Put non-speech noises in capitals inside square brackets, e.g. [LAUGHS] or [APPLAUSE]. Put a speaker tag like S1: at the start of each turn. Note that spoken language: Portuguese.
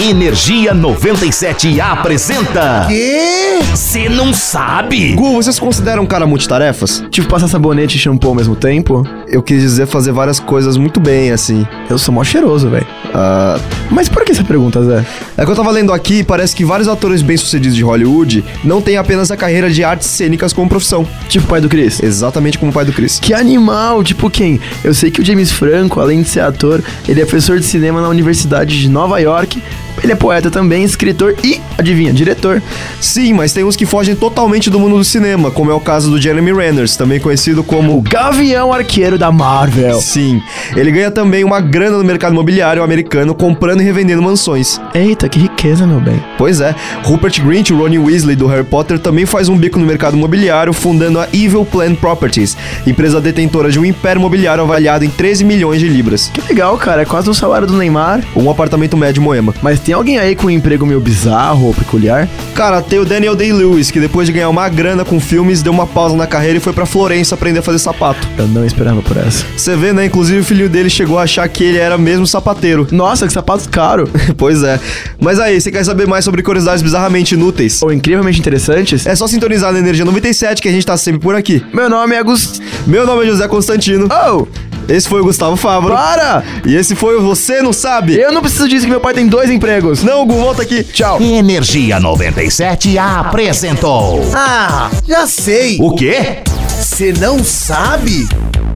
S1: Energia 97 apresenta.
S2: Quê?
S1: Você não sabe?
S2: Gu, você se considera um cara multitarefas?
S3: Tipo, passar sabonete e shampoo ao mesmo tempo?
S2: Eu quis dizer fazer várias coisas muito bem, assim.
S3: Eu sou mó cheiroso, velho.
S2: Ah,
S3: Mas por que essa pergunta, Zé?
S2: é que eu tava lendo aqui, parece que vários atores bem-sucedidos de Hollywood não têm apenas a carreira de artes cênicas como profissão.
S3: Tipo, pai do Chris.
S2: Exatamente como o pai do Chris.
S3: Que animal, tipo quem? Eu sei que o James Franco, além de ser ator, ele é professor de cinema na Universidade de Nova York. Ele é poeta também, escritor e, adivinha, diretor.
S2: Sim, mas tem uns que fogem totalmente do mundo do cinema, como é o caso do Jeremy Renners, também conhecido como
S3: O Gavião Arqueiro da Marvel.
S2: Sim, ele ganha também uma grana no mercado imobiliário americano comprando e revendendo mansões.
S3: Eita, que riqueza, meu bem.
S2: Pois é, Rupert Grint, o Ronnie Weasley do Harry Potter, também faz um bico no mercado imobiliário, fundando a Evil Plan Properties, empresa detentora de um império imobiliário avaliado em 13 milhões de libras.
S3: Que legal, cara. É quase o salário do Neymar.
S2: Um apartamento médio em Moema.
S3: Mas tem alguém aí com um emprego meio bizarro ou peculiar?
S2: Cara, tem o Daniel Day-Lewis, que depois de ganhar uma grana com filmes, deu uma pausa na carreira e foi pra Florença aprender a fazer sapato.
S3: Eu não esperava por essa.
S2: Você vê, né? Inclusive o filho dele chegou a achar que ele era mesmo sapateiro. [LAUGHS]
S3: Nossa, que sapato caro.
S2: pois é. Mas aí, você quer saber mais sobre curiosidades bizarramente inúteis?
S3: Ou incrivelmente interessantes.
S2: É só sintonizar na Energia 97 que a gente tá sempre por aqui.
S3: Meu nome é Agust...
S2: Meu nome é José Constantino.
S3: Oh!
S2: Esse foi o Gustavo Fávaro.
S3: Para!
S2: E esse foi o Você Não Sabe.
S3: Eu não preciso disso que meu pai tem dois empregos.
S2: Não, Gu, volta aqui.
S3: Tchau.
S1: Energia 97 apresentou.
S4: Ah, já sei.
S1: O quê?
S4: Você não sabe?